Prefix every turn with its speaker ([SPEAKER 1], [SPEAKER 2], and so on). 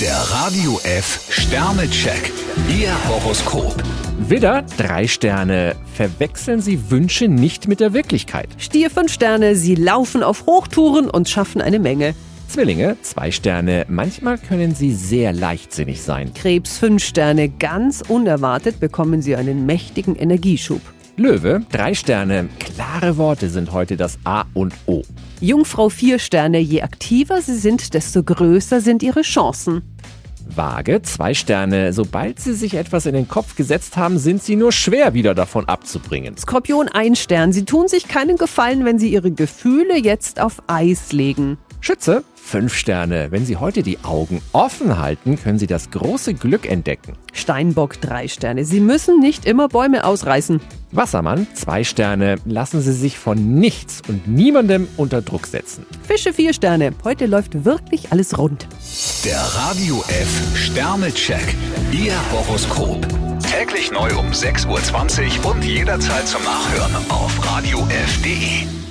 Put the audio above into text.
[SPEAKER 1] Der Radio F Sternecheck. Ihr Horoskop.
[SPEAKER 2] Widder, drei Sterne. Verwechseln Sie Wünsche nicht mit der Wirklichkeit.
[SPEAKER 3] Stier 5 Sterne, Sie laufen auf Hochtouren und schaffen eine Menge.
[SPEAKER 2] Zwillinge, zwei Sterne. Manchmal können Sie sehr leichtsinnig sein.
[SPEAKER 3] Krebs 5 Sterne, ganz unerwartet bekommen Sie einen mächtigen Energieschub.
[SPEAKER 2] Löwe, drei Sterne. Klare Worte sind heute das A und O.
[SPEAKER 3] Jungfrau 4 Sterne, je aktiver Sie sind, desto größer sind Ihre Chancen.
[SPEAKER 2] Waage, zwei Sterne. Sobald Sie sich etwas in den Kopf gesetzt haben, sind Sie nur schwer wieder davon abzubringen.
[SPEAKER 3] Skorpion 1 Stern, Sie tun sich keinen Gefallen, wenn Sie Ihre Gefühle jetzt auf Eis legen.
[SPEAKER 2] Schütze, fünf Sterne. Wenn Sie heute die Augen offen halten, können Sie das große Glück entdecken.
[SPEAKER 3] Steinbock 3 Sterne, Sie müssen nicht immer Bäume ausreißen.
[SPEAKER 2] Wassermann, zwei Sterne. Lassen Sie sich von nichts und niemandem unter Druck setzen.
[SPEAKER 3] Fische 4 Sterne, heute läuft wirklich alles rund.
[SPEAKER 1] Der Radio F Sternecheck. Ihr Horoskop. Täglich neu um 6.20 Uhr und jederzeit zum Nachhören auf Radio radiof.de.